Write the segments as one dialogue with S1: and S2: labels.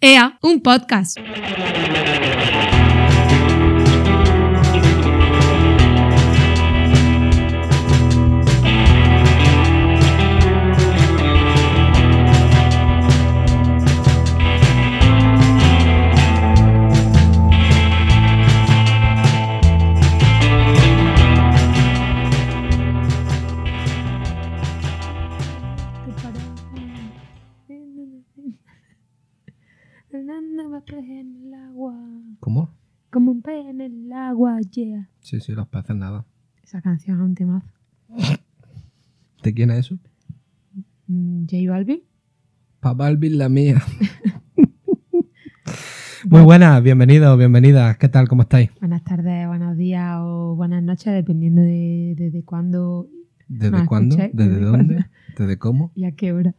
S1: EA, un podcast.
S2: ¿Cómo?
S1: Como un pez en el agua, yeah.
S2: Sí, sí, los peces nada.
S1: Esa canción es un temazo.
S2: ¿De quién es eso?
S1: Mm, J Balvin.
S2: Pa' Balvin la mía. Muy buenas, bienvenidos, bienvenidas. ¿Qué tal? ¿Cómo estáis?
S1: Buenas tardes, buenos días o buenas noches, dependiendo de desde cuándo
S2: ¿Desde
S1: No,
S2: cuándo?
S1: escuché,
S2: ¿Desde,
S1: ¿desde
S2: dónde? ¿Desde cómo?
S1: y a qué hora.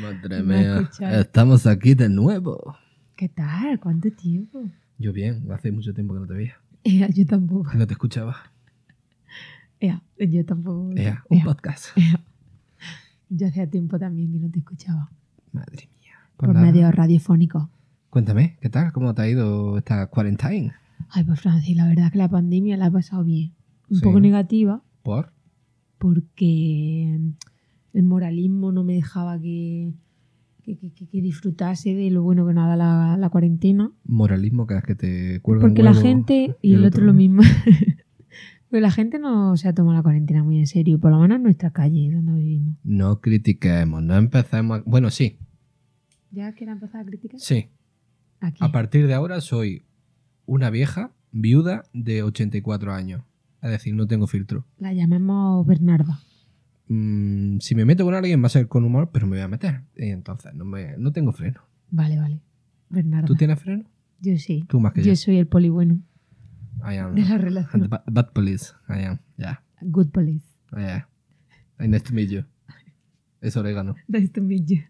S2: Madre
S1: No mía, escuché.
S2: estamos aquí de nuevo.
S1: ¿Qué tal? ¿Cuánto tiempo?
S2: Yo bien, hace mucho tiempo que no te veía.
S1: Ea, yo tampoco.
S2: que No te escuchaba.
S1: Ea, yo tampoco.
S2: Ea, un
S1: Ea,
S2: podcast.
S1: yo hacía tiempo también que no te escuchaba.
S2: Madre mía. Pues
S1: Por
S2: nada.
S1: medios radiofónicos.
S2: Cuéntame, ¿qué tal? ¿Cómo te ha ido esta quarantine?
S1: Ay, pues Francis, la verdad es que la pandemia la he pasado bien. Un
S2: Sí.
S1: poco negativa,
S2: ¿Por?
S1: porque el moralismo no me dejaba que, que, que- que- que disfrutase de lo bueno que nada la, la cuarentena.
S2: Moralismo cada vez que te cuelgan
S1: Porque la
S2: huevo.
S1: gente, y
S2: y
S1: el,
S2: el
S1: otro,
S2: otro
S1: lo
S2: no.
S1: mismo, pero la gente no se ha tomado la cuarentena muy en serio, por lo menos en nuestra calle donde vivimos.
S2: No critiquemos, no empecemos. a- Bueno, sí,
S1: ¿Ya que la empezado a criticar?
S2: sí.
S1: Aquí.
S2: A partir de ahora soy una vieja viuda de 84 años. Es decir, no tengo filtro.
S1: La llamamos Bernarda.
S2: Mm, si me meto con alguien va a ser con humor, pero me voy a meter. Y entonces no, me, no tengo freno.
S1: Vale, vale. Bernarda.
S2: ¿Tú tienes freno?
S1: Yo sí.
S2: Tú más que Ah, yo.
S1: Yo soy el poli bueno
S2: I am.
S1: de la
S2: I'm the
S1: relación.
S2: ba- bad police. I am. Yeah.
S1: Good police.
S2: I am. I nice to meet you. Es orégano.
S1: Nice to meet you.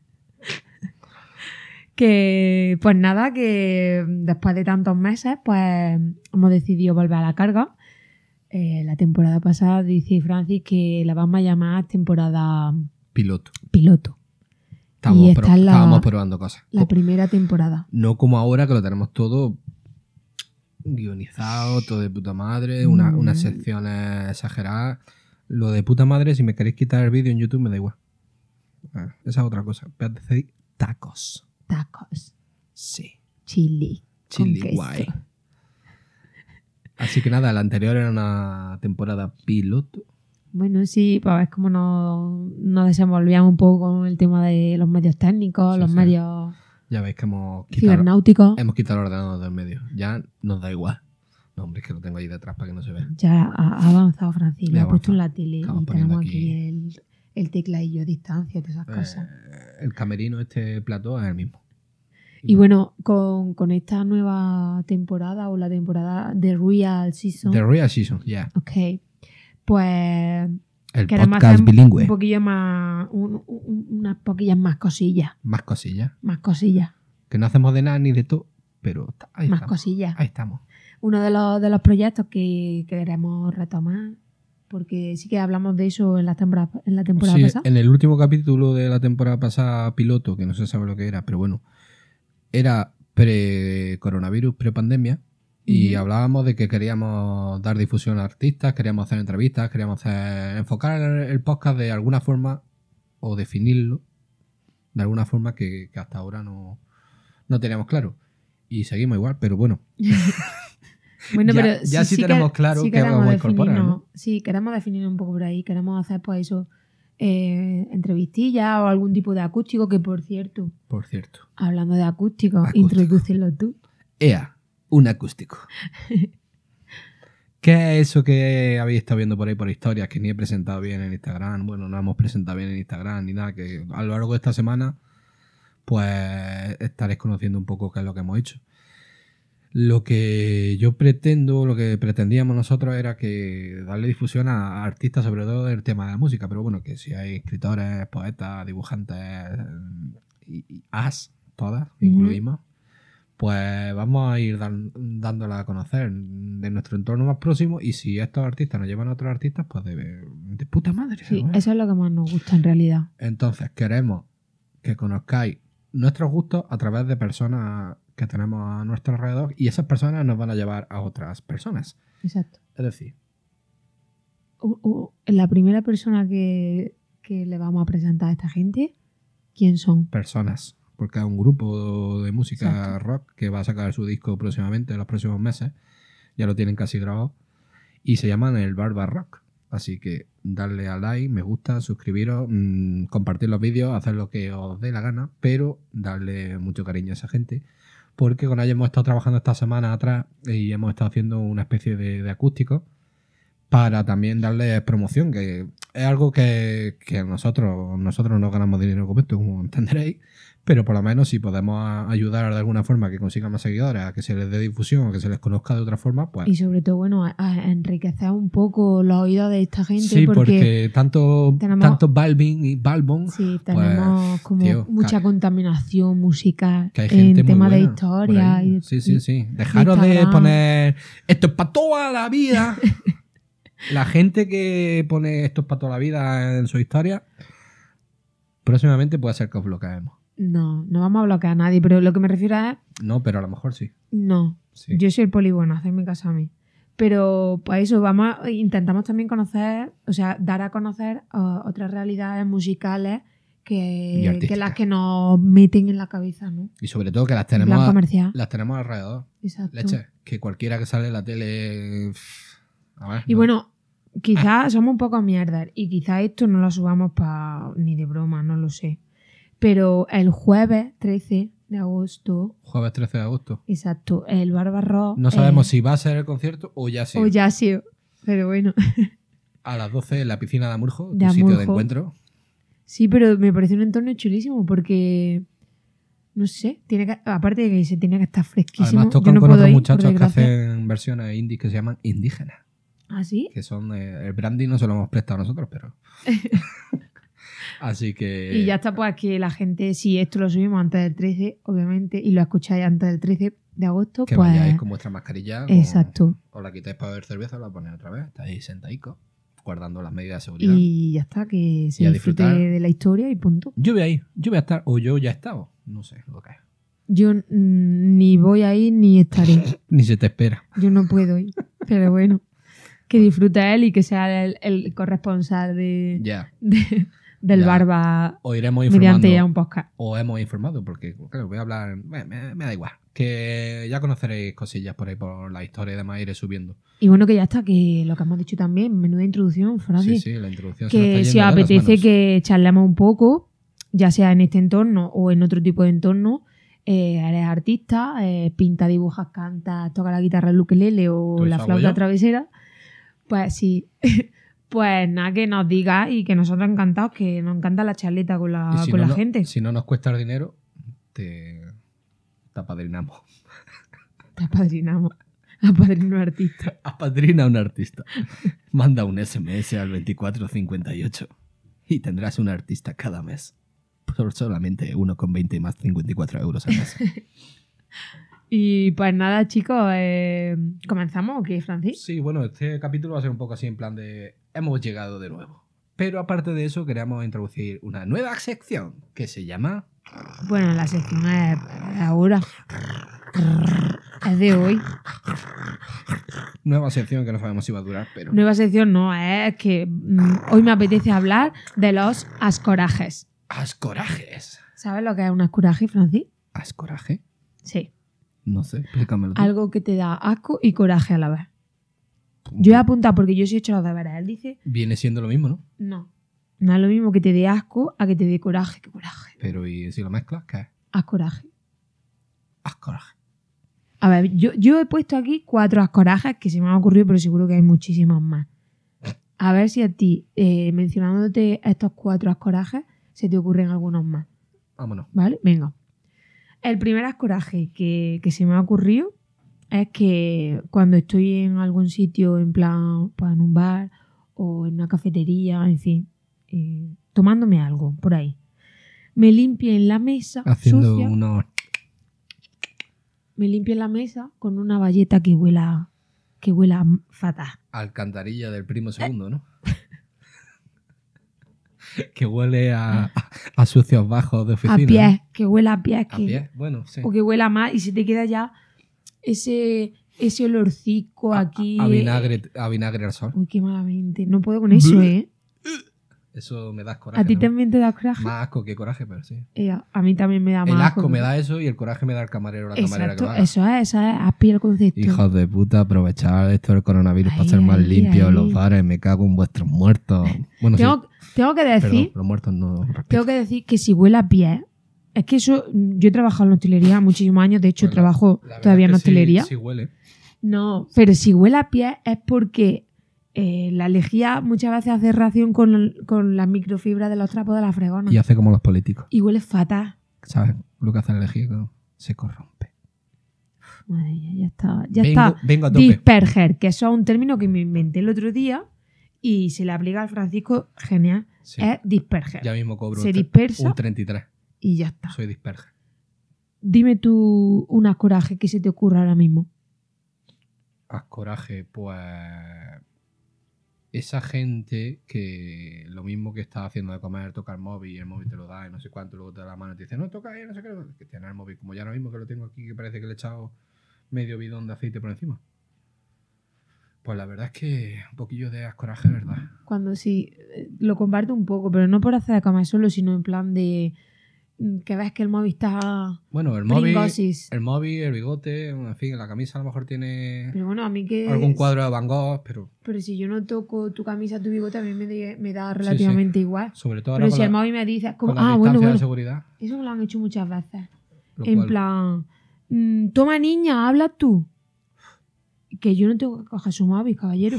S1: Que pues nada, que después de tantos meses, pues hemos decidido volver a la carga. Eh, la temporada pasada dice Francis que la vamos a llamar temporada
S2: Piloto.
S1: piloto.
S2: Estábamos,
S1: esta
S2: pro-
S1: es la-
S2: estábamos probando cosas.
S1: La primera temporada.
S2: No como ahora que lo tenemos todo guionizado, todo de puta madre, una,
S1: Mm.
S2: unas secciones exageradas. Lo de puta madre, si me queréis quitar el vídeo en YouTube, me da igual. Ah, esa es otra cosa. Voy a decir tacos.
S1: Tacos,
S2: Sí.
S1: chili. con
S2: Chili
S1: queso.
S2: guay. Así que nada, la anterior era una temporada piloto.
S1: Bueno, sí, pues ver cómo nos, nos desenvolvíamos un poco con el tema de los medios técnicos,
S2: Sí,
S1: los
S2: sí.
S1: medios
S2: Ya veis que hemos quitado,
S1: cibernáuticos.
S2: hemos quitado el ordenador del medio. Ya nos da igual. No, hombre, es que lo tengo ahí detrás para que no se vea.
S1: Ya ha ha avanzado Francis, lo
S2: Ya
S1: ha puesto
S2: avanza.
S1: en la tele
S2: Estamos
S1: y tenemos
S2: poniendo
S1: aquí,
S2: aquí-
S1: el, el tecladillo a distancia y todas esas cosas.
S2: Eh, el camerino, este plató, es el mismo.
S1: Y bueno, con, con esta nueva temporada o la temporada de Real Season,
S2: The Real Season, ya.
S1: ok, pues
S2: El
S1: queremos
S2: podcast
S1: hacer
S2: bilingüe.
S1: un poquillo más, un- un- unas poquillas más cosillas,
S2: Más cosillas.
S1: más cosillas,
S2: Que no hacemos de nada ni de todo, pero está- ahí
S1: más
S2: estamos.
S1: cosillas.
S2: Ahí estamos.
S1: Uno de los, de los proyectos que, que queremos retomar, porque sí que hablamos de eso en la temporada, en la temporada
S2: Sí,
S1: pasada.
S2: en el último capítulo de la temporada pasada, piloto, que no se sabe lo que era, pero bueno, era pre-coronavirus, pre-pandemia, y
S1: Ujú.
S2: hablábamos de que queríamos dar difusión a artistas, queríamos hacer entrevistas, queríamos hacer- enfocar el podcast de alguna forma o definirlo de alguna forma que, que hasta ahora no, no teníamos claro. Y seguimos igual, pero bueno,
S1: Bueno,
S2: Ya-
S1: pero
S2: ya sí tenemos claro qué
S1: queremos
S2: vamos a incorporar,
S1: definirnos-
S2: ¿no?
S1: Sí, queremos definir un poco por ahí. Queremos hacer, pues, eso, eh, entrevistillas o algún tipo de acústico, que por cierto,
S2: por cierto.
S1: hablando de acústico,
S2: Acústico.
S1: introdúcelo tú.
S2: EA, un acústico. ¿Qué es eso que habéis estado viendo por ahí por historias que ni he presentado bien en Instagram? Bueno, no hemos presentado bien en Instagram ni nada, que a lo largo de esta semana pues estaréis conociendo un poco qué es lo que hemos hecho. Lo que yo pretendo, lo que pretendíamos nosotros era que darle difusión a artistas, sobre todo del tema de la música, pero bueno, que si hay escritores, poetas, dibujantes, mm, y, y as, todas, incluimos, pues vamos a ir dan- dándola a conocer de nuestro entorno más próximo y si estos artistas nos llevan a otros artistas, pues de, de puta madre.
S1: Sí,
S2: ¿sabes?
S1: eso es lo que más nos gusta en realidad.
S2: Entonces queremos que conozcáis nuestros gustos a través de personas que tenemos a nuestro alrededor y esas personas nos van a llevar a otras personas.
S1: Exacto.
S2: Es decir,
S1: Uh, uh, la primera persona que, que le vamos a presentar a esta gente, ¿quién son?
S2: personas. Porque hay un grupo de música
S1: Exacto.
S2: rock que va a sacar su disco próximamente, en los próximos meses. Ya lo tienen casi grabado. Y se llaman el Barba Rock. Así que darle a like, me gusta, suscribiros, mm, compartir los vídeos, hacer lo que os dé la gana, pero darle mucho cariño a esa gente. Porque con ellos hemos estado trabajando esta semana atrás y hemos estado haciendo una especie de, de acústico para también darle promoción, que es algo que, que nosotros, nosotros no ganamos dinero con esto, como entenderéis, pero por lo menos si podemos a- ayudar de alguna forma a que consigan más seguidores, a que se les dé difusión, a que se les conozca de otra forma, pues
S1: Y sobre todo, bueno, a, a enriquecer un poco los oídos de esta gente
S2: sí, porque,
S1: porque,
S2: tanto,
S1: tenemos-
S2: tanto Balvin y Balbon,
S1: sí, tenemos como
S2: Pues, tío,
S1: mucha
S2: ca-
S1: contaminación musical
S2: que hay
S1: en
S2: gente muy
S1: tema de
S2: buena por
S1: historia.
S2: ahí.
S1: y-
S2: sí, sí,
S1: y-
S2: sí. Dejaros de
S1: Instagram.
S2: poner esto es para toda la vida. la gente que pone esto es para toda la vida en su historia, próximamente puede ser que os bloqueemos.
S1: No, no vamos a bloquear a nadie, pero lo que me refiero es,
S2: No, pero a lo mejor sí.
S1: no,
S2: sí.
S1: Yo soy el polibueno, hacerme caso a mí. Pero para eso vamos a- intentamos también conocer, o sea, dar a conocer uh, otras realidades musicales
S2: Y
S1: que,
S2: artísticas.
S1: que las que nos meten en la cabeza, ¿no?
S2: Y sobre todo que las
S1: En plan
S2: tenemos, a-
S1: comercial.
S2: las tenemos alrededor.
S1: Exacto.
S2: Leche, que cualquiera que sale en la tele... pff, A ver,
S1: Y
S2: no.
S1: bueno, quizás somos un poco mierdas y quizás esto no lo subamos para ni de broma, no lo sé. Pero el jueves 13 de agosto,
S2: Jueves 13 de agosto.
S1: exacto, el Barbarro.
S2: No sabemos si va a ser el concierto o ya sí.
S1: Eh, O ya sí, pero bueno.
S2: A las 12 en la piscina de Amurjo,
S1: De
S2: tu sitio de
S1: Amurjo.
S2: encuentro.
S1: Sí, pero me parece un entorno chulísimo porque. No sé, tiene que, aparte de que se tiene que estar fresquísimo.
S2: Además
S1: yo
S2: tocan
S1: no
S2: con
S1: puedo
S2: otros
S1: ir, por
S2: muchachos que
S1: desgracia.
S2: hacen versiones indies que se llaman indígenas.
S1: ¿Ah, sí?
S2: Que son... eh, el branding no se lo hemos prestado nosotros, pero... Así que...
S1: y ya está, pues que la gente, si esto lo subimos antes del 13, obviamente, y lo escucháis antes del 13 de agosto,
S2: Que
S1: pues.
S2: vayáis con vuestra mascarilla. con-
S1: exacto.
S2: O la quitáis para beber cerveza o la ponéis otra vez. Estáis sentadico, guardando las medidas de seguridad.
S1: Y ya está, que
S2: Y
S1: se
S2: a
S1: disfrute
S2: disfrutar.
S1: de la historia y punto.
S2: Yo voy ahí, yo voy a estar, o yo ya he estado. No sé lo que es.
S1: Yo mm, ni voy ahí ni estaré.
S2: Ni se te espera.
S1: Yo no puedo ir. Pero bueno, que disfrute él y que sea el, el corresponsal de,
S2: Ya.
S1: de- del
S2: Ya.
S1: barba
S2: O iremos informando.
S1: mediante ya un podcast.
S2: O hemos informado, porque, claro, voy a hablar. Me, me- me da igual. Que ya conoceréis cosillas por ahí, por la historia y demás, iré subiendo.
S1: Y bueno, que ya está, que lo que hemos dicho también, menuda introducción,
S2: Sí,
S1: Francis.
S2: sí, la introducción se nos
S1: que
S2: está
S1: si os
S2: yendo de las
S1: apetece
S2: manos.
S1: que charlemos un poco, ya sea en este entorno o en otro tipo de entorno, eh, eres artista, eh, pinta, dibujas, canta, toca la guitarra, el ukelele o
S2: Todo
S1: la
S2: eso hago
S1: flauta
S2: yo.
S1: travesera, pues sí. Pues nada, que nos diga y que nosotros encantados, que nos encanta la charleta con la,
S2: Y si
S1: con
S2: no
S1: la
S2: nos-
S1: gente.
S2: Si no nos cuesta el dinero, te, te apadrinamos.
S1: Te apadrinamos, apadrino artista.
S2: Apadrina a un artista. Manda un SMS al 2458 y tendrás un artista cada mes. Por solamente 1,20 más 54 euros al mes.
S1: Y pues nada, chicos, eh, ¿comenzamos o qué, Francis?
S2: Sí, bueno, este capítulo va a ser un poco así en plan de hemos llegado de nuevo. Pero aparte de eso, queremos introducir una nueva sección que se llama
S1: Bueno, la sección es ahora. Es de hoy.
S2: Nueva sección que no sabemos si va a durar, pero
S1: Nueva sección no, eh, es que mm, hoy me apetece hablar de los ascorajes.
S2: Ascorajes.
S1: ¿Sabes lo que es un ascoraje, Francis?
S2: ¿Ascoraje?
S1: Sí.
S2: No sé, explícamelo. tú.
S1: Algo que te da asco y coraje a la vez. Yo he apuntado porque yo sí he hecho los deberes. Él dice,
S2: Viene siendo lo mismo, ¿no?
S1: no. No es lo mismo que te dé asco a que te dé coraje. ¿Qué coraje?
S2: Pero ¿y si lo mezclas? ¿Qué es?
S1: Ascoraje.
S2: Ascoraje.
S1: A ver, yo, yo he puesto aquí cuatro ascorajes que se me han ocurrido, pero seguro que hay muchísimas más. A ver si a ti, eh, mencionándote estos cuatro ascorajes, se te ocurren algunos más,
S2: Vámonos.
S1: ¿vale? Venga. El primer ascoraje que, que se me ha ocurrido es que cuando estoy en algún sitio, en plan, pues en un bar o en una cafetería, en fin, eh, tomándome algo por ahí, me limpien la mesa
S2: Haciendo
S1: sucia
S2: unos
S1: me limpio la mesa con una valleta que huela que huela fatal.
S2: alcantarilla del primo segundo, ¿no? que huele a, a- a sucios bajos
S1: a
S2: de oficina.
S1: pies, que huela a pies,
S2: ¿eh? A
S1: que-
S2: pies, bueno, sí.
S1: o que huela mal y se te queda ya ese, ese olorcico
S2: A-
S1: aquí.
S2: A, vinagre, a vinagre al sol.
S1: Uy, qué malamente. No puedo con eso,
S2: Bleh.
S1: ¿eh?
S2: Eso me da coraje.
S1: A ti
S2: ¿no?
S1: también te da coraje.
S2: Más asco que coraje, pero sí.
S1: Eh, a- a mí también me da más
S2: El asco me
S1: que-
S2: da eso y el coraje me da el camarero o la camarera que
S1: Exacto,
S2: lo haga.
S1: eso es, eso es. Has pillado el concepto.
S2: Hijos de puta, aprovechar esto del coronavirus para
S1: Ahí,
S2: ser más
S1: ahí,
S2: limpios
S1: ahí.
S2: los bares. Me cago en vuestros muertos. Bueno, sí,
S1: tengo, tengo que decir,
S2: perdón, los muertos no. respeto.
S1: tengo que decir que si huele a pie, es que eso, mm, yo he trabajado en la hostelería muchísimos años, de hecho
S2: Bueno,
S1: trabajo
S2: La verdad
S1: todavía
S2: es
S1: en la
S2: que sí-
S1: hostelería.
S2: Sí, huele.
S1: No, pero si huele a pie es porque eh, la lejía muchas veces hace reacción con, con la microfibra de los trapos de la fregona.
S2: Y hace como los políticos.
S1: Y huele fatal.
S2: ¿Sabes? Lo que hace el elegido se corrompe.
S1: Madre mía, ya está. Ya
S2: vengo,
S1: está.
S2: vengo a tope.
S1: Disperger, que eso es un término que me inventé el otro día y se le aplica al Francisco, genial.
S2: Sí,
S1: Es disperger.
S2: Ya mismo cobro
S1: Eh, se
S2: un tre-
S1: dispersa
S2: un 33.
S1: y ya está.
S2: Soy disperge.
S1: Dime tú una coraje que se te ocurra ahora mismo.
S2: Haz coraje, pues. Esa gente que lo mismo que está haciendo de comer, toca el móvil y el móvil te lo da y no sé cuánto, luego te da la mano y te dice, no toca ahí, no sé qué, que tiene el móvil, como ya ahora mismo que lo tengo aquí, que parece que le he echado medio bidón de aceite por encima. Pues la verdad es que un poquillo de haz coraje, ¿verdad?
S1: Cuando sí, eh, lo comparto un poco, pero no por hacer de cama solo, sino en plan de mm, que ves que el móvil está
S2: Bueno, el móvil,
S1: pringosis.
S2: el móvil, el bigote, en fin, la camisa a lo mejor tiene
S1: Pero bueno, a mí que...
S2: algún cuadro de Van Gogh, pero
S1: Pero si yo no toco tu camisa, tu bigote, a mí me, de- me da
S2: sí.
S1: relativamente igual.
S2: sobre todo ahora
S1: Pero
S2: con
S1: si
S2: la,
S1: el móvil me dice... como-
S2: con la
S1: ah,
S2: distancia
S1: bueno,
S2: de
S1: bueno.
S2: seguridad.
S1: Eso me lo han hecho muchas veces.
S2: lo
S1: En
S2: cual-
S1: plan, mm, toma niña, habla tú. Que yo no tengo que coger su móvil, caballero.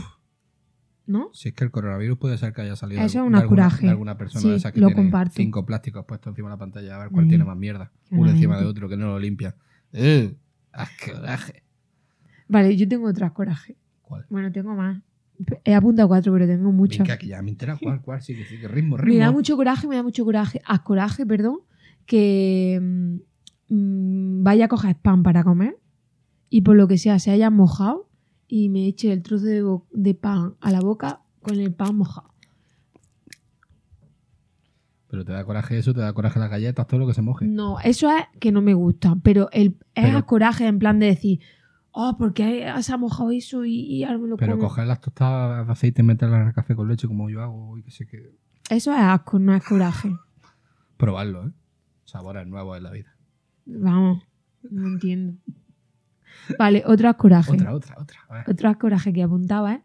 S1: ¿No?
S2: Si es que el coronavirus puede ser que haya salido
S1: Eso
S2: de,
S1: es
S2: algu-
S1: una
S2: de alguna,
S1: coraje.
S2: de alguna persona
S1: Sí,
S2: de esas que
S1: lo
S2: tiene
S1: comparto.
S2: cinco plásticos puestos encima de la pantalla a ver cuál
S1: Mm.
S2: tiene más mierda.
S1: Qué
S2: Uno encima de
S1: lamento.
S2: otro que no lo limpia. ¡Eh! ¡Haz coraje!
S1: Vale, yo tengo otras coraje.
S2: ¿Cuál?
S1: Bueno, tengo más. He apuntado cuatro, pero tengo muchas.
S2: Venga, que ya me entera cuál, cuál, sí, que sí, que ritmo,
S1: Me da
S2: ritmo.
S1: mucho coraje, me da mucho coraje, a coraje, perdón, que mm, vaya a coger spam para comer y por lo que sea se haya mojado y me eche el trozo de, bo- de pan a la boca con el pan mojado.
S2: Pero te da coraje eso, te da coraje las galletas, todo lo que se moje.
S1: No, eso es que no me gusta, pero el, es
S2: Pero-
S1: a coraje en plan de decir, oh, porque se ha mojado eso y, y ahora me lo
S2: Pero
S1: como".
S2: coger las tostadas de aceite y meterlas en el café con leche como yo hago y que sé que...
S1: Eso es asco, no es coraje.
S2: Probarlo, ¿eh? Sabores nuevos en la vida.
S1: Vamos, no entiendo. Vale, otro coraje.
S2: Otra, otra, otra. A ver.
S1: Otro coraje que apuntaba es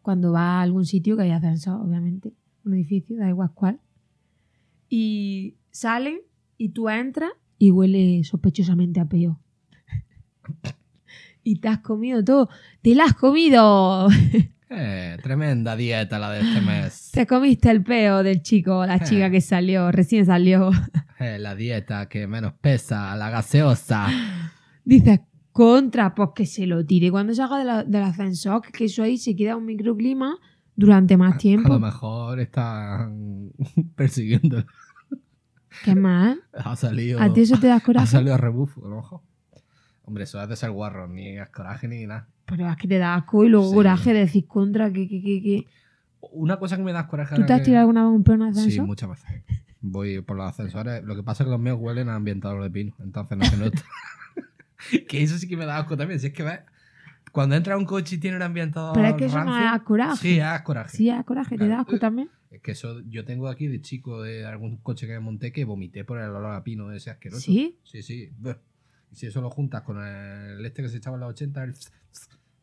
S1: cuando va a algún sitio que hay ascensor, obviamente, un edificio, da igual cuál, y salen y tú entras y huele sospechosamente a peo. y te has comido todo, te la has comido.
S2: Eh, tremenda dieta la de este mes.
S1: Te comiste el peo del chico o la chica que salió, recién salió.
S2: Eh, la dieta que menos pesa, la gaseosa.
S1: Dices, contra, pues que se lo tire cuando salga de la- del ascensor, que eso ahí se queda un microclima durante más
S2: A lo
S1: tiempo.
S2: mejor están persiguiendo.
S1: ¿Qué más?
S2: Ha salido.
S1: ¿A ti eso te da
S2: ha
S1: coraje?
S2: salido a rebufo, a lo mejor. Hombre, eso es de ser guarro, ni es coraje ni nada.
S1: Pero es que te da asco y luego
S2: Sí.
S1: coraje de decir contra que, que, que, que-
S2: Una cosa que me da coraje.
S1: ¿Tú
S2: ahora
S1: te has
S2: que-
S1: tirado alguna vez un peo en un
S2: Sí,
S1: ascensor?
S2: muchas veces. Voy por los ascensores. Lo que pasa es que los míos huelen a ambientador de pino. Entonces no se nota. que eso sí que me da asco también. Si es que ves, cuando entra un coche y tiene un ambientador.
S1: Pero es que eso no
S2: rancio,
S1: da coraje.
S2: Sí, es coraje.
S1: Sí, a coraje, te da asco
S2: Claro.
S1: también.
S2: Es que eso yo tengo aquí de chico de algún coche que me monté que vomité por el olor a pino ese asqueroso.
S1: ¿Sí?
S2: Sí, sí. Buh. Y si eso lo juntas con el este que se echaba en los 80, el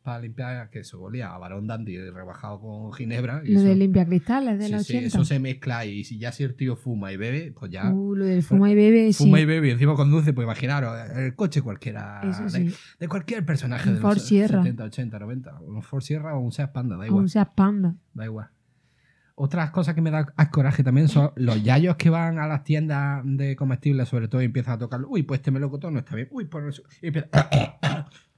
S2: para limpiar, que eso olía a varón dandy eh, rebajado con ginebra. y
S1: Lo
S2: eso,
S1: de limpia cristales de
S2: sí,
S1: los
S2: sí,
S1: 80.
S2: eso se mezcla y si ya si el tío fuma y bebe, pues ya.
S1: Uh, lo del fuma y bebe, sí.
S2: Fuma y bebe y encima conduce, pues imaginaros, el coche cualquiera,
S1: Eso
S2: de,
S1: sí.
S2: de cualquier personaje
S1: Un
S2: de
S1: Ford
S2: los
S1: Sierra.
S2: 70, 80, 90, un Ford Sierra o un Seat Panda, da igual.
S1: Aún seas panda.
S2: Da igual. Otras cosas que me dan coraje también son los yayos que van a las tiendas de comestibles, sobre todo, y empiezan a tocar. Uy, pues este melocotón no está bien. Uy, pues no sé". Y empiezan,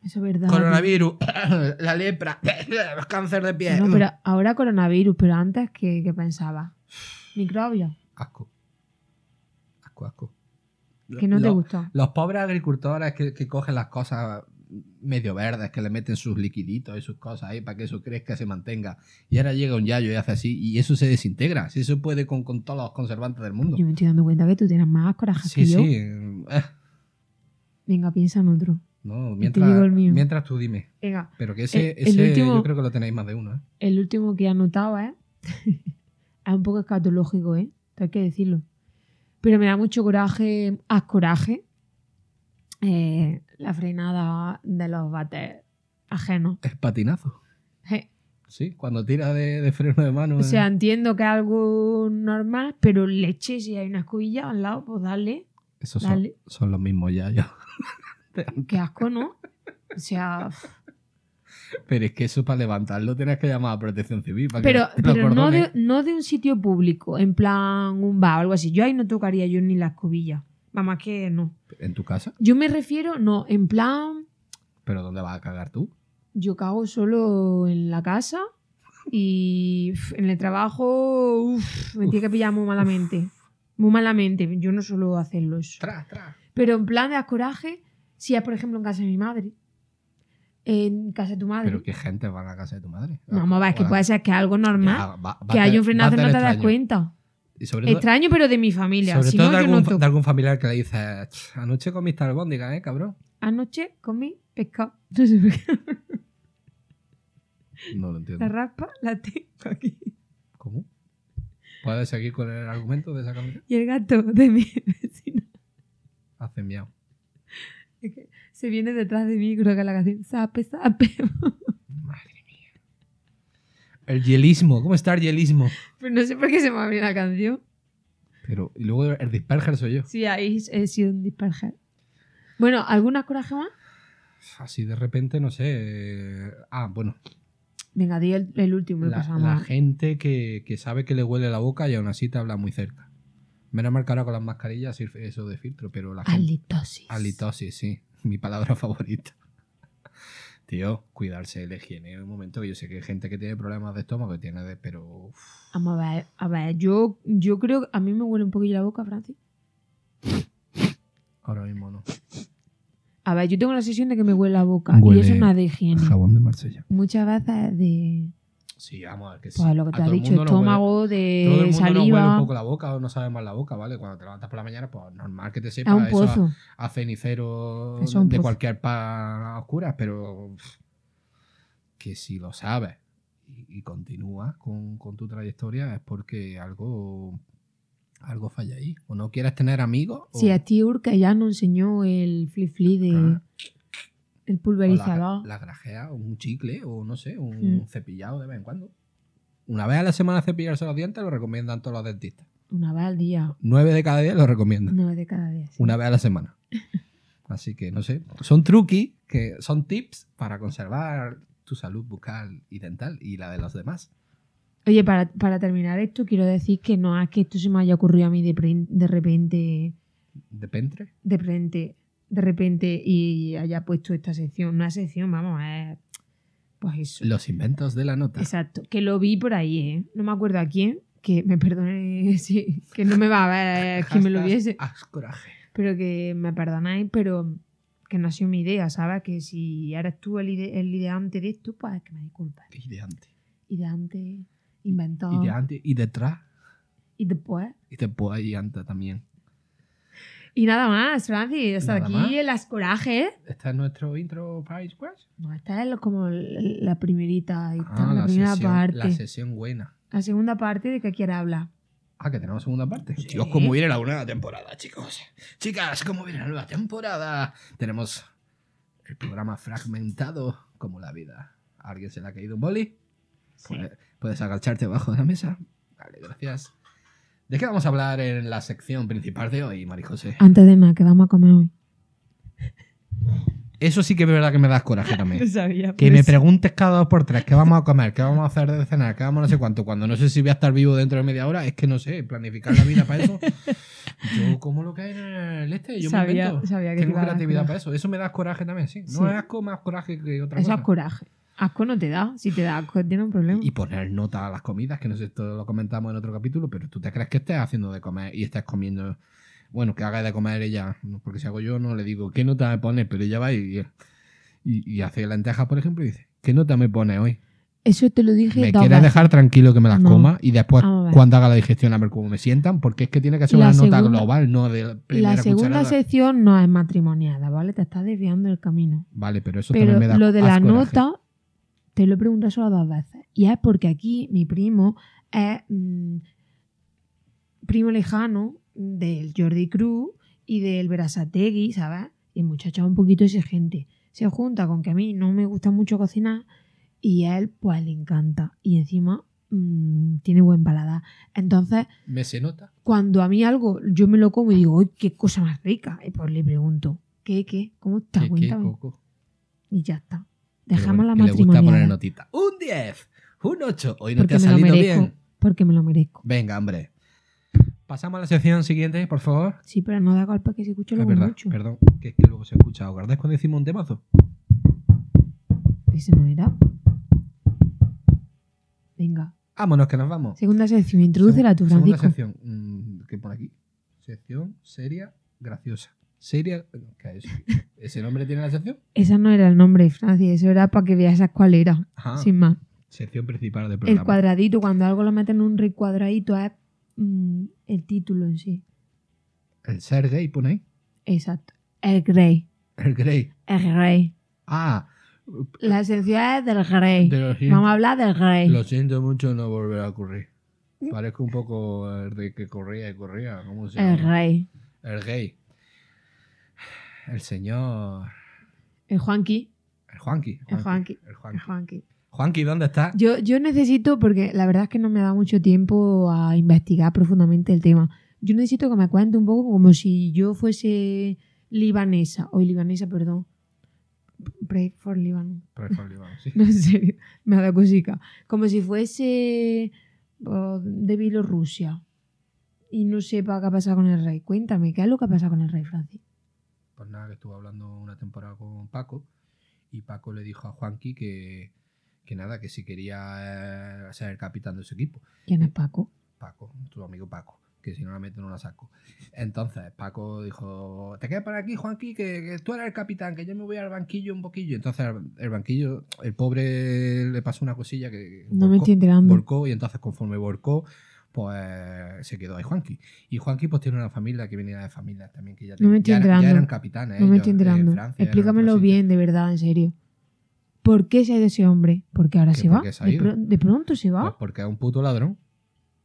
S1: Eso es verdad.
S2: Coronavirus, la lepra, cáncer de
S1: tío.
S2: piel.
S1: No, pero ahora coronavirus, pero antes, ¿qué, qué pensabas? Microbios,
S2: Asco. Asco, asco.
S1: que no te
S2: Los-
S1: gustó.
S2: Los pobres agricultores que, que cogen las cosas medio verdes que le meten sus liquiditos y sus cosas ahí para que eso crezca, se mantenga. Y ahora llega un yayo y hace así y eso se desintegra. Si eso puede con, con todos los conservantes del mundo.
S1: Yo me estoy dando cuenta que tú tienes más coraje
S2: Sí,
S1: que yo.
S2: sí. eh,
S1: Venga, piensa en otro.
S2: no,
S1: digo
S2: mientras,
S1: el mío.
S2: mientras tú dime.
S1: Venga,
S2: Pero que ese,
S1: El- el
S2: ese
S1: último-
S2: yo creo que lo tenéis más de uno. ¿eh?
S1: el último que anotaba, ¿eh? es un poco escatológico, ¿eh? Esto hay que decirlo. Pero me da mucho coraje, haz coraje, eh, la frenada de los bates ajenos.
S2: El patinazo.
S1: Eh,
S2: Sí, cuando tira de, de freno de mano.
S1: O sea,
S2: eh,
S1: entiendo que es algo normal, pero leche, si hay una escobilla al lado, pues dale.
S2: esos son,
S1: dale.
S2: son los mismos yayos.
S1: Qué asco, ¿no? O sea,
S2: Pero es que eso para levantarlo tienes que llamar a protección civil. Para
S1: pero,
S2: que te lo
S1: pero no,
S2: cordones.
S1: de, no de un sitio público, en plan un bar o algo así. Yo ahí no tocaría yo ni la escobilla. Vamos, que no.
S2: ¿En tu casa?
S1: Yo me refiero, no, en plan,
S2: ¿Pero dónde vas a cagar tú?
S1: yo cago solo en la casa y uf, en el trabajo uf, me tiene que pillar muy malamente. Muy malamente, yo no suelo hacerlo eso.
S2: Tras, tras.
S1: Pero en plan de haz coraje, si es por ejemplo en casa de mi madre, en casa de tu madre.
S2: Pero qué gente va a la casa de tu madre.
S1: no, vamos, es que puede ser que algo normal, que
S2: hay
S1: hay un frenazo y no te das cuenta.
S2: Y sobre todo,
S1: Extraño, pero de mi familia.
S2: sobre
S1: Si
S2: todo
S1: no,
S2: de,
S1: yo no
S2: algún, fa-
S1: toco.
S2: de algún familiar que le dices, "Ch, anoche comiste albóndiga, ¿eh, cabrón?
S1: Anoche comí pescado. No sé por qué.
S2: No lo
S1: La
S2: entiendo.
S1: raspa la tengo aquí.
S2: ¿Cómo? ¿Puedes seguir con el argumento de esa camisa?
S1: Y el gato de mi vecino
S2: Hace miau.
S1: Es que se viene detrás de mí, creo que la canción sape, sape.
S2: Madre mía. El hielismo. ¿Cómo está el hielismo?
S1: Pero no sé por qué se me abrió la canción.
S2: Pero, y luego el disperger soy yo.
S1: Sí, ahí he sido un disperger. Bueno, ¿alguna coraje más?
S2: Así de repente, no sé. eh, Ah, bueno.
S1: Venga, di el, el último y
S2: la,
S1: pasamos.
S2: la gente que, que sabe que le huele la boca y aún así te habla muy cerca. Menos mal que ahora con las mascarillas y eso de filtro, pero la gente.
S1: Halitosis.
S2: Halitosis, sí. Mi palabra favorita. Tío, cuidarse de la higiene. En un momento que yo sé que hay gente que tiene problemas de estómago, que tiene de. Pero. uf,
S1: Vamos a ver, a ver, yo, yo creo que a mí me huele un poquillo la boca, Francis.
S2: ahora mismo no.
S1: A ver, yo tengo la sesión de que me huele la boca.
S2: Huele-
S1: Y eso no es de higiene.
S2: Jabón de Marsella.
S1: Muchas veces de.
S2: Sí, vamos a ver que sí.
S1: Pues lo que
S2: A
S1: te ha
S2: todo el
S1: dicho,
S2: mundo nos huele-
S1: estómago,
S2: Todo el
S1: de
S2: mundo nos huele un
S1: saliva.
S2: poco la boca o no sabe más la boca, ¿vale? Cuando te levantas por la mañana, pues normal que te sepa.
S1: a un
S2: eso-
S1: pozo.
S2: a cenicero
S1: Eso es un
S2: de
S1: pozo.
S2: cualquier pan oscura, pero pff, que si lo sabes y, y continúas con, con tu trayectoria es porque algo algo falla ahí. O no quieres tener amigos o,
S1: Si a ti Urca ya nos enseñó el flip flip de.
S2: Ah.
S1: El
S2: o la,
S1: pulverizador.
S2: la grajea o un chicle o no sé, un,
S1: Mm.
S2: cepillado de vez en cuando. Una vez a la semana cepillarse los dientes lo recomiendan todos los dentistas.
S1: Una vez al día.
S2: Nueve de cada diez lo recomiendan.
S1: Nueve de cada día. sí.
S2: una vez a la semana. Así que no sé, son truquis que son tips para conservar tu salud bucal y dental y la de los demás.
S1: Oye, para, para terminar esto, quiero decir que no es que esto se me haya ocurrido a mí de, pren- de repente.
S2: Depende.
S1: de repente, de repente y haya puesto esta sección, una sección, vamos, eh, pues eso.
S2: Los inventos de la nota.
S1: Exacto, que lo vi por ahí, ¿eh? No me acuerdo a quién, que me perdone, sí, que no me va a ver quien me lo
S2: Hashtag
S1: viese,
S2: haz coraje.
S1: pero que me perdonáis, pero que no ha sido mi idea, ¿sabes? Que si eres tú el, ide- el ideante de esto, pues que me disculpes.
S2: Y de antes.
S1: Ideante, inventor,
S2: Y de antes. Y detrás.
S1: y después.
S2: Y después y antes también.
S1: Y nada más, Francis, hasta
S2: Nada
S1: aquí
S2: más.
S1: el las corajes.
S2: Este es nuestro intro para Squash.
S1: No, esta es lo- como l- la primerita, y tal,
S2: Ah,
S1: la, primera
S2: sesión,
S1: parte.
S2: la sesión buena.
S1: La segunda parte de que quiere hablar.
S2: Ah, que tenemos segunda parte.
S1: Sí.
S2: Dios, cómo viene la nueva temporada, chicos. Chicas, cómo viene la nueva temporada. Tenemos el programa fragmentado como la vida. ¿A alguien se le ha caído un boli? Puede- Puedes agacharte debajo de la mesa. Vale, gracias. ¿De qué vamos a hablar en la sección principal de hoy, Mari José?
S1: Antes de nada, que vamos a comer hoy.
S2: Eso sí que es verdad que me das coraje también.
S1: sabía.
S2: Que me preguntes cada dos por tres qué vamos a comer, qué vamos a hacer de cenar, qué vamos a no sé cuánto, cuando no sé si voy a estar vivo dentro de media hora, es que no sé, planificar la vida para eso. Yo como lo que hay en el este, yo me
S1: sabía,
S2: invento.
S1: sabía que te
S2: Tengo
S1: iba a dar
S2: creatividad para
S1: coraje.
S2: eso. Eso me da coraje también, sí. No
S1: Sí.
S2: es asco, más coraje que otra
S1: Eso es ¿eh?
S2: cosa.
S1: coraje. Asco no te da. Si te da asco, tiene un problema.
S2: Y poner nota a las comidas, que no sé, esto lo comentamos en otro capítulo, pero tú te crees que estés haciendo de comer y estás comiendo. Bueno, que haga de comer ella, porque si hago yo no le digo qué nota me pones, pero ella va y, Y, y hace lentejas, por ejemplo, y dice, ¿qué nota me pone hoy?
S1: Eso te lo dije.
S2: ¿Me
S1: dos
S2: quieres
S1: veces.
S2: dejar tranquilo que me las
S1: No.
S2: coma? Y después,
S1: Vamos a ver.
S2: cuando haga la digestión, a ver cómo me sientan, porque es que tiene que ser
S1: La
S2: una nota
S1: segunda-
S2: global, no de primera
S1: La segunda
S2: cucharada.
S1: sección no es matrimoniada, ¿vale? Te estás desviando del camino.
S2: Vale, pero eso
S1: Pero
S2: también me da
S1: lo de la
S2: asco, Raje.
S1: nota, te lo he preguntado solo dos veces. Y es porque aquí mi primo es mm, primo lejano del Jordi Cruz y del Berasategui, ¿sabes? Y el muchacho es un poquito exigente. Se junta con que a mí no me gusta mucho cocinar y a él pues le encanta. Y encima mm, tiene buen paladar. Entonces
S2: ¿Me se nota?
S1: cuando a mí algo, yo me lo como y digo, ¡ay, qué cosa más rica! Y pues le pregunto, ¿qué, qué? ¿Cómo está?
S2: ¿Qué- qué,
S1: Cuéntame.
S2: Coco?
S1: Y ya está.
S2: Pero
S1: Dejamos la
S2: bueno, que le gusta poner
S1: matrimonial.
S2: notita. Un 10, un 8. Hoy no
S1: Porque
S2: te ha
S1: me lo
S2: salido
S1: merezco.
S2: bien.
S1: Porque me lo merezco.
S2: Venga, hombre. Pasamos a la sección siguiente, por favor.
S1: Sí, pero no da golpe que se escuche
S2: es
S1: luego
S2: verdad,
S1: mucho.
S2: perdón, que es que luego se escucha. ¿Os acordáis cuando hicimos un temazo?
S1: Ese no era. Venga.
S2: Vámonos, que nos vamos.
S1: Segunda sección, introdúcela tú,
S2: Segunda
S1: Francisco.
S2: sección. mm, ¿Qué pone aquí? Sección seria, graciosa. Seria. ¿qué es? ¿Ese nombre tiene la sección?
S1: Esa no era el nombre, Francia. Eso era para que veas cuál era.
S2: Ajá.
S1: Sin más.
S2: Sección principal del
S1: El
S2: Ah, programa.
S1: cuadradito, cuando algo lo meten en un recuadradito, es mm, el título en sí.
S2: El ser gay pone ahí.
S1: Exacto. El grey.
S2: El grey.
S1: El grey.
S2: Ah,
S1: La esencia es del Grey.
S2: de los
S1: Vamos a hablar del Grey.
S2: Lo siento mucho, no volverá a ocurrir. Parezco un poco el de que corría y corría. ¿Cómo se
S1: El
S2: llama?
S1: Grey.
S2: El gay. El señor.
S1: El Juanqui.
S2: El Juanqui.
S1: El Juanqui.
S2: El
S1: El
S2: Juanqui.
S1: Juanqui.
S2: Juanqui, ¿dónde está?
S1: Yo, yo necesito, porque la verdad es que no me ha dado mucho tiempo a investigar profundamente el tema. Yo necesito que me cuente un poco como si yo fuese libanesa. O libanesa, perdón. Pray for Liban.
S2: Por favor, Iván, sí.
S1: No sé, me ha dado cosica. Como si fuese oh, de Bielorrusia. Y no sepa qué ha pasado con el rey. Cuéntame, ¿qué es lo que ha pasado con el rey, Francis?
S2: Pues nada, que estuvo hablando una temporada con Paco y Paco le dijo a Juanqui que, que nada, que si quería eh, ser el capitán de su equipo.
S1: ¿Quién es Paco?
S2: Paco, tu amigo Paco, que si no la meto no la saco. Entonces Paco dijo, te quedas por aquí Juanqui, que, que tú eres el capitán, que yo me voy al banquillo un poquillo. Entonces el, el banquillo, el pobre le pasó una cosilla que...
S1: No me
S2: volcó-
S1: estoy enterando.
S2: volcó y entonces conforme volcó, pues se quedó ahí Juanqui. Y Juanqui pues tiene una familia que venía de familia también, que ya,
S1: No me estoy
S2: ya, eran- ya
S1: enterando.
S2: eran capitanes.
S1: No me
S2: ellos,
S1: estoy
S2: eh,
S1: enterando.
S2: Francia, eran
S1: Explícamelo
S2: otros
S1: bien, de verdad, en serio. ¿Por qué se ha ido ese hombre? Porque ahora
S2: ¿Que
S1: se
S2: por
S1: va.
S2: qué se ha
S1: de,
S2: ido?
S1: pro- de pronto se
S2: sitios. Pues
S1: va.
S2: porque es un puto ladrón.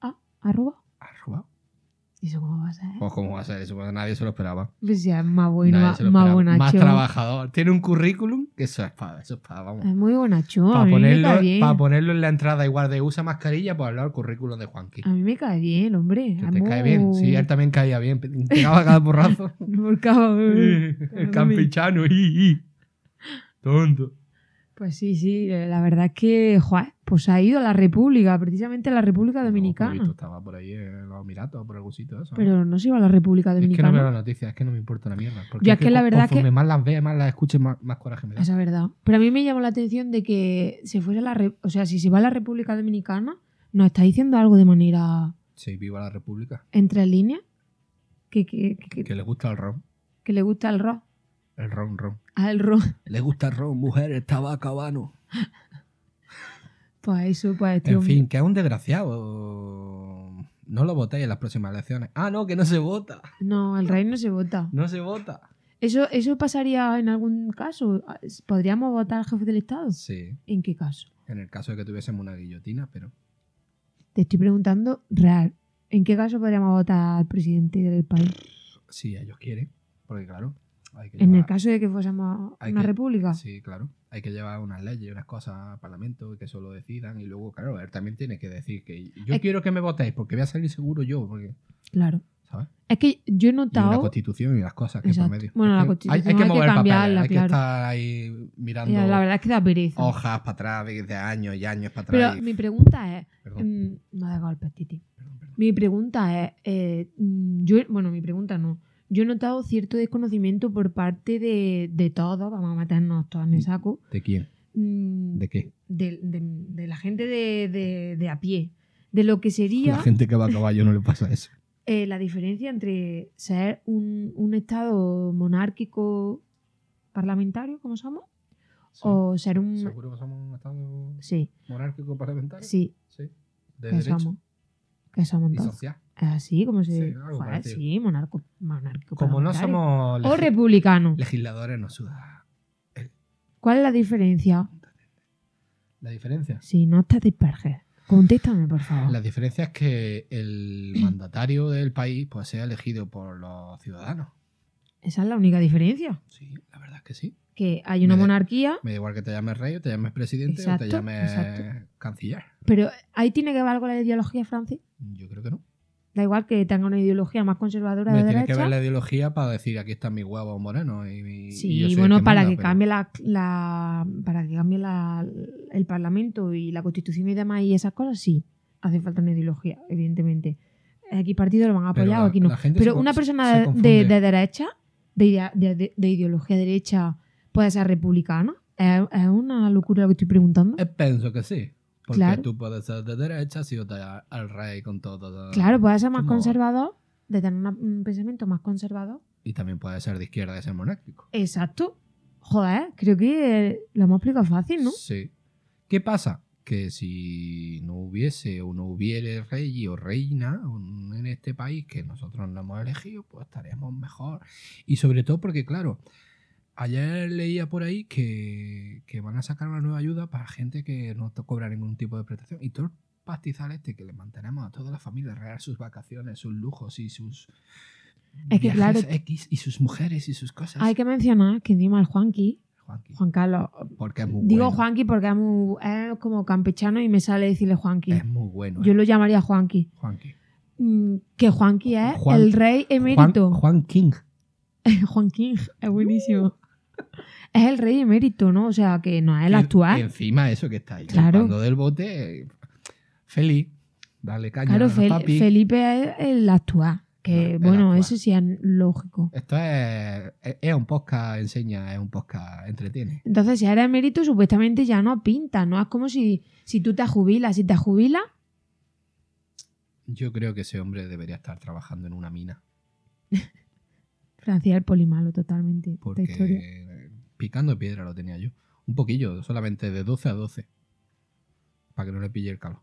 S1: Ah, ha robado.
S2: Ha robado.
S1: ¿Y eso cómo va a ser?
S2: Pues cómo va a ser eso, Pues nadie se lo esperaba.
S1: Pues ya es más bueno,
S2: Nadie
S1: más,
S2: se lo
S1: más
S2: esperaba. Más
S1: bonacho.
S2: trabajador. Tiene un currículum que eso es para, eso es para, vamos.
S1: Es muy bonacho. a
S2: para,
S1: mí
S2: ponerlo,
S1: me cae Ah, bien.
S2: para ponerlo en la entrada igual de usa mascarilla, pues hablar el currículum de Juanqui.
S1: A mí me cae bien, el hombre.
S2: Que
S1: Es
S2: te
S1: muy-
S2: cae bien. Sí, él también caía bien. Pegaba cada porrazo.
S1: Por cabo, eh.
S2: el campichano. Tonto.
S1: Pues sí, sí, eh, la verdad es que, joder, pues ha ido a la República, precisamente a la República Dominicana.
S2: No, pobrecito, estaba por ahí en los Emiratos, por algún sitio de eso. ¿eh?
S1: pero no se iba a la República
S2: es que no
S1: Dominicana.
S2: veo las noticias, es que no me importa una mierda. Porque
S1: Yo es que la
S2: co-
S1: verdad
S2: conforme
S1: que-
S2: más las vea, más las escuche, más, más coraje me da.
S1: Esa es verdad. Pero a mí me llamó la atención de que se fuese a la. re- O sea, si se va a la República Dominicana, nos está diciendo algo de manera.
S2: Sí, viva la República.
S1: entre líneas. Que, que, que-
S2: Que le gusta el ron.
S1: que le gusta el rock.
S2: El ron, ron.
S1: Al rock.
S2: Le gusta el ron, mujeres, tabaco, habano.
S1: Pues eso, pues este
S2: En
S1: hombre-
S2: fin, que es un desgraciado. No lo votéis en las próximas elecciones. Ah, no, que no se vota.
S1: No, el rey no se vota.
S2: No se vota.
S1: Eso, eso pasaría en algún caso. ¿Podríamos votar al jefe del Estado?
S2: Sí,
S1: ¿En qué caso?
S2: en el caso de que tuviésemos una guillotina, pero.
S1: Te estoy preguntando real. ¿En qué caso podríamos votar al presidente del país?
S2: Si ellos quieren, porque claro, hay que
S1: En el
S2: llevar-
S1: caso de que fuésemos
S2: Hay
S1: una
S2: que-
S1: república.
S2: Sí, claro. Hay que llevar unas leyes, unas cosas al Parlamento que eso lo decidan. Y luego, claro, él también tiene que decir que yo
S1: Es-
S2: quiero que me votéis porque voy a salir seguro yo. Porque,
S1: Claro.
S2: ¿Sabes?
S1: Es que yo he
S2: Y una
S1: notado.
S2: constitución y las cosas que
S1: Exacto.
S2: por medio.
S1: Bueno,
S2: Es
S1: la
S2: que
S1: Constitución
S2: hay, que
S1: hay que
S2: mover papeles,
S1: cambiarla,
S2: hay que
S1: claro.
S2: estar ahí mirando
S1: Ya, eh, La verdad es que da pereza.
S2: hojas para atrás, de, de años y años para atrás.
S1: Pero
S2: y-
S1: mi pregunta es.
S2: Perdón,
S1: mm, No da golpes, Titi.
S2: perdón, perdón.
S1: Mi pregunta es. eh, mm, yo, bueno, mi pregunta no. Yo he notado cierto desconocimiento por parte de, de todos, vamos a meternos todos en el saco,
S2: ¿De quién?
S1: mm,
S2: ¿De qué?
S1: de, de- de la gente de, de- de a pie, de lo que
S2: La
S1: sería
S2: gente que va a caballo no le pasa eso.
S1: eh, la diferencia entre ser un, un Estado monárquico parlamentario, como somos,
S2: Sí.
S1: o mm, ser un...
S2: Seguro que somos un estado
S1: Sí,
S2: monárquico parlamentario.
S1: sí,
S2: Sí. De
S1: que
S2: derecho
S1: somos. Que somos
S2: y
S1: entonces.
S2: social.
S1: Así como se...
S2: Sí,
S1: Ah, Sí,
S2: algo parecido.
S1: sí monarco, monárquico
S2: Como no
S1: parlamentario.
S2: somos
S1: O
S2: legi-
S1: republicano.
S2: legisladores, nos suda.
S1: ¿Cuál es la diferencia?
S2: La diferencia.
S1: Si no te disperges, contéstame, por favor.
S2: La diferencia es que el mandatario del país pues, sea elegido por los ciudadanos.
S1: Esa es la única diferencia.
S2: Sí, la verdad es que sí.
S1: Que hay una
S2: Me-
S1: monarquía,
S2: Me da igual que te llames rey, o te llames presidente, o
S1: Exacto,
S2: te llames
S1: exacto.
S2: canciller.
S1: pero ahí tiene que ver algo la ideología, Francis.
S2: Yo creo que no.
S1: Da igual que tenga una ideología más conservadora
S2: Me
S1: de
S2: tienes que
S1: derecha.
S2: ver la ideología para decir aquí están mis huevos morenos. Y, mi- y
S1: Sí,
S2: yo soy el
S1: bueno, para
S2: manda,
S1: que
S2: pero-
S1: cambie la, la- para que cambie la- el Parlamento y la Constitución y demás y esas cosas, sí. Hace falta una ideología, evidentemente. X partido lo van a
S2: pero
S1: apoyar o
S2: la-
S1: aquí no.
S2: la gente se
S1: Pero
S2: con-
S1: una
S2: se
S1: persona de-
S2: confunde.
S1: de, de derecha, de, idea- de- de- de ideología derecha, puede ser republicana. Es, es una locura lo que estoy preguntando.
S2: Eh, Pienso que sí. Porque
S1: Claro.
S2: tú puedes ser de derecha si votas al rey con todo.
S1: claro, pues. puede ser más
S2: ¿cómo?
S1: conservador, de tener una- un pensamiento más conservador.
S2: Y también puede ser de izquierda y ser monárquico.
S1: Exacto. Joder, creo que eh, lo hemos explicado fácil, ¿no?
S2: Sí. ¿Qué pasa? Que si no hubiese o no hubiere rey o reina en este país que nosotros no hemos elegido, pues estaríamos mejor. Y sobre todo porque, claro, ayer leía por ahí que, que van a sacar una nueva ayuda para gente que no to- cobra ningún tipo de prestación. Y todo el pastizal este que le mantenemos a toda la familia real, sus vacaciones, sus lujos y sus...
S1: Es que, claro,
S2: viajes X y sus mujeres y sus cosas.
S1: Hay que mencionar que encima el Juanqui,
S2: Juanqui,
S1: Juan Carlos.
S2: porque es muy
S1: Digo
S2: bueno.
S1: Juanqui porque es, muy- es como campechano y me sale decirle Juanqui.
S2: Es muy bueno.
S1: Yo
S2: eh,
S1: lo llamaría Juanqui.
S2: Juanqui.
S1: Mm, Que Juanqui es
S2: Juan-
S1: el rey emérito.
S2: Juan, Juan King.
S1: Juan King, es
S2: Uh.
S1: buenísimo. es el rey emérito, ¿no? O sea, que no es el
S2: Y
S1: actual.
S2: encima eso que está ahí.
S1: Claro.
S2: chupando del bote, feliz. Dale caña
S1: Claro,
S2: al
S1: Fel-
S2: papi.
S1: Felipe es el actual. Que
S2: El
S1: bueno,
S2: actual.
S1: eso sí es lógico.
S2: Esto es, es, es un podcast enseña, es un podcast entretiene.
S1: Entonces, si eres emérito, supuestamente ya no pinta, ¿no? Es como si, si tú te jubilas. Si te jubilas,
S2: Yo creo que ese hombre debería estar trabajando en una mina.
S1: Francia es el polimalo totalmente. esta historia.
S2: Porque picando piedra lo tenía yo. Un poquillo, solamente de 12 a 12. Para que no le pille el calor.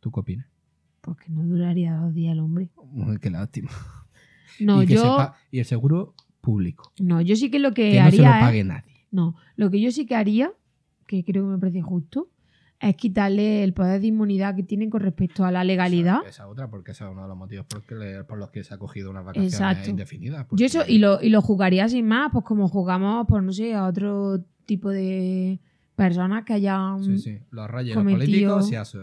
S2: ¿Tú qué opinas?
S1: Porque no duraría dos días el hombre.
S2: Uy, Qué lástima.
S1: No,
S2: y, que
S1: yo.
S2: sepa- y el seguro público.
S1: No, yo sí que lo que,
S2: Que no se lo
S1: haría. ¿eh? es-
S2: pague nadie.
S1: No, lo que yo sí que haría, que creo que me parece justo, es quitarle el poder de inmunidad que tienen con respecto a la legalidad.
S2: Esa, esa otra, porque ese es uno de los motivos por, que le- por los que se ha cogido unas vacaciones
S1: Exacto.
S2: indefinidas. porque-
S1: Yo eso, y lo, y lo jugaría sin más, pues como jugamos, pues no sé, a otro tipo de personas que mm, hayan.
S2: Sí, sí. Los rayos los
S1: cometió-
S2: políticos si has, eh,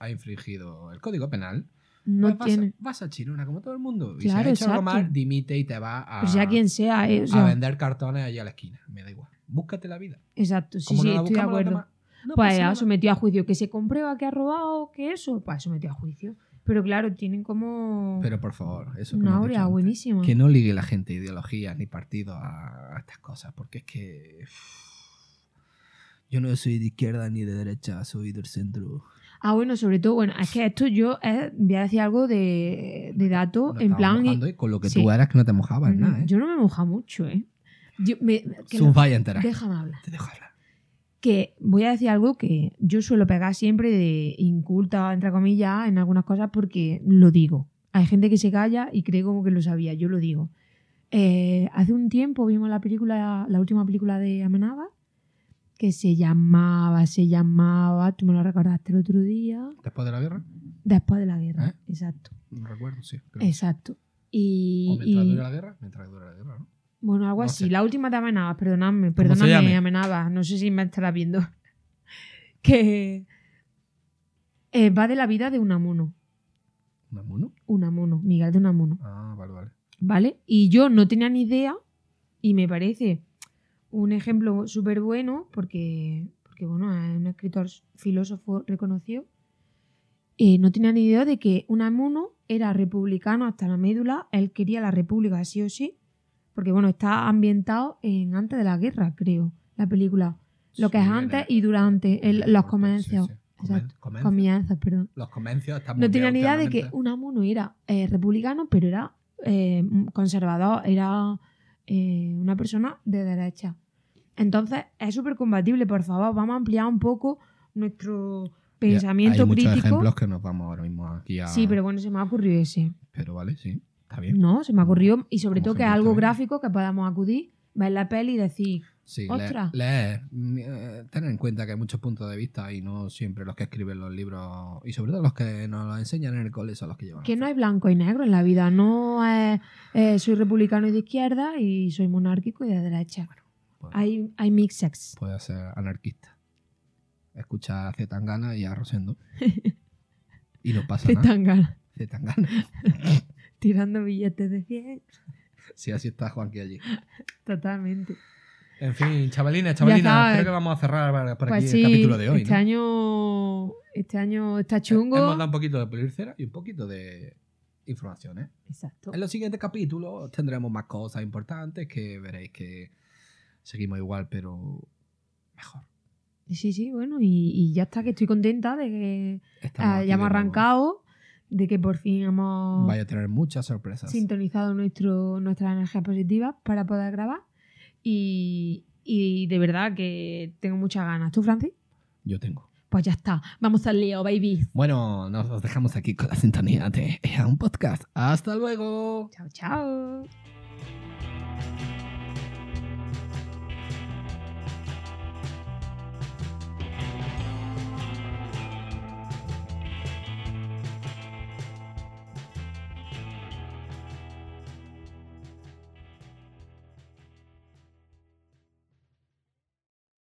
S2: ha infringido el código penal.
S1: No
S2: pues vas,
S1: tienen.
S2: a, vas a Chirona como todo el mundo. Y si
S1: Claro,
S2: has hecho algo
S1: exacto.
S2: mal, dimite y te va a,
S1: Pero sea quien sea, eh, o
S2: a
S1: sea,
S2: vender cartones allá a la esquina. Me da igual. Búscate la vida.
S1: exacto, sí,
S2: Como
S1: sí,
S2: no la
S1: estoy de
S2: buscamos los
S1: acuerdo.
S2: demás, no
S1: pues
S2: pasa
S1: ha
S2: nada.
S1: sometido a juicio que se comprueba que ha robado, que eso, pues ha sometido a juicio. Pero claro, tienen como
S2: Pero por favor, eso que
S1: una
S2: hemos dicho
S1: aurea
S2: antes.
S1: buenísima.
S2: Que no ligue la gente ideologías ni partidos a, a estas cosas, porque es que. Yo no soy de izquierda ni de derecha, soy del centro.
S1: Ah, bueno, sobre todo, bueno, es que esto yo eh, voy a decir algo de, de dato,
S2: No
S1: en
S2: estaba
S1: plan...
S2: mojando, ¿eh? Con lo que
S1: sí.
S2: tú eras que no te mojabas
S1: Mm,
S2: nada, ¿eh?
S1: Yo no me moja mucho, ¿eh? Yo me- que
S2: Su
S1: no-
S2: falla entera.
S1: déjame hablar.
S2: Te dejo hablar.
S1: Que voy a decir algo que yo suelo pegar siempre de inculta, entre comillas, en algunas cosas porque lo digo. Hay gente que se calla y cree como que lo sabía, yo lo digo. Eh, hace un tiempo vimos la película, la última película de Amenaba, que se llamaba, se llamaba, tú me lo recordaste el otro día,
S2: Después de la guerra,
S1: Después de la guerra,
S2: ¿Eh?
S1: exacto.
S2: no recuerdo, sí. creo.
S1: Exacto.
S2: O
S1: Y,
S2: mientras
S1: y-
S2: dure la guerra, mientras dure la guerra, ¿no?
S1: bueno, algo
S2: no
S1: así.
S2: sé.
S1: La última de Amenabas, perdonadme,
S2: ¿Cómo se
S1: perdonadme,
S2: llame?
S1: Amenabas. No sé si me estarás viendo. Que eh, va de la vida de Unamuno.
S2: ¿Un amuno?
S1: Unamuno, Miguel de Unamuno.
S2: Ah, vale, vale.
S1: ¿Vale? Y yo no tenía ni idea y me parece un ejemplo súper bueno porque, porque, bueno, es un escritor filósofo reconocido. Eh, no tenía ni idea de que Unamuno era republicano hasta la médula, él quería la república sí o sí, porque bueno, está ambientado en antes de la guerra, creo, la película. Lo que es antes y durante, el- los comencios. Exacto.
S2: Comen-
S1: Comienza, perdón.
S2: Los comencios están
S1: No
S2: muy
S1: tenía
S2: bien
S1: ni idea de que
S2: últimamente.
S1: Unamuno era eh, republicano, pero era eh, conservador, era eh, una persona de derecha. Entonces, es súper compatible, por favor, vamos a ampliar un poco nuestro
S2: Ya,
S1: pensamiento
S2: Hay muchos
S1: crítico.
S2: ejemplos que nos vamos ahora mismo aquí a.
S1: Sí, pero bueno, se me ha ocurrido ese.
S2: Pero vale, sí, está bien.
S1: No, se me ha ocurrido, y sobre
S2: Como
S1: todo que es
S2: ejemplo
S1: algo
S2: también.
S1: gráfico que podamos acudir, ver la peli y decir,
S2: Sí,
S1: Otra.
S2: leer, eh, tener en cuenta que hay muchos puntos de vista y no siempre los que escriben los libros y sobre todo los que nos los enseñan en el cole son los que llevan.
S1: que no hay blanco y negro en la vida, no es, eh, soy republicano y de izquierda y soy monárquico y de derecha.
S2: pues-
S1: hay, hay mixes.
S2: Puede ser anarquista. Escucha a Zetangana y a Rosendo. y no pasa
S1: Te
S2: nada.
S1: están ganando.
S2: Zetangana.
S1: tirando billetes de 100.
S2: Sí, así está Juanqui allí.
S1: Totalmente.
S2: En fin, chavalines, chavalinas,
S1: sabes.
S2: creo que vamos a cerrar por aquí
S1: Pues
S2: el
S1: sí,
S2: capítulo de hoy.
S1: Este
S2: ¿no? Eh,
S1: año. Este año está
S2: Hemos
S1: chungo.
S2: dado un poquito de película y un poquito de información, ¿eh?
S1: Exacto.
S2: En los siguientes capítulos tendremos más cosas importantes que veréis que seguimos igual, pero mejor.
S1: Sí, sí, bueno, y, y ya está, que estoy contenta de que
S2: Estamos
S1: ah,
S2: aquí
S1: ya hemos
S2: de nuevo. ¿eh?
S1: arrancado, de que por fin hemos
S2: Vaya a tener muchas sorpresas.
S1: sintonizado nuestro, nuestras energías positivas para poder grabar. Y, y de verdad que tengo muchas ganas. ¿Tú, Francis?
S2: Yo tengo.
S1: Pues ya está. Vamos al lío, baby.
S2: Bueno, nos dejamos aquí con la sintonía de un podcast. Hasta luego.
S1: Chao, chao.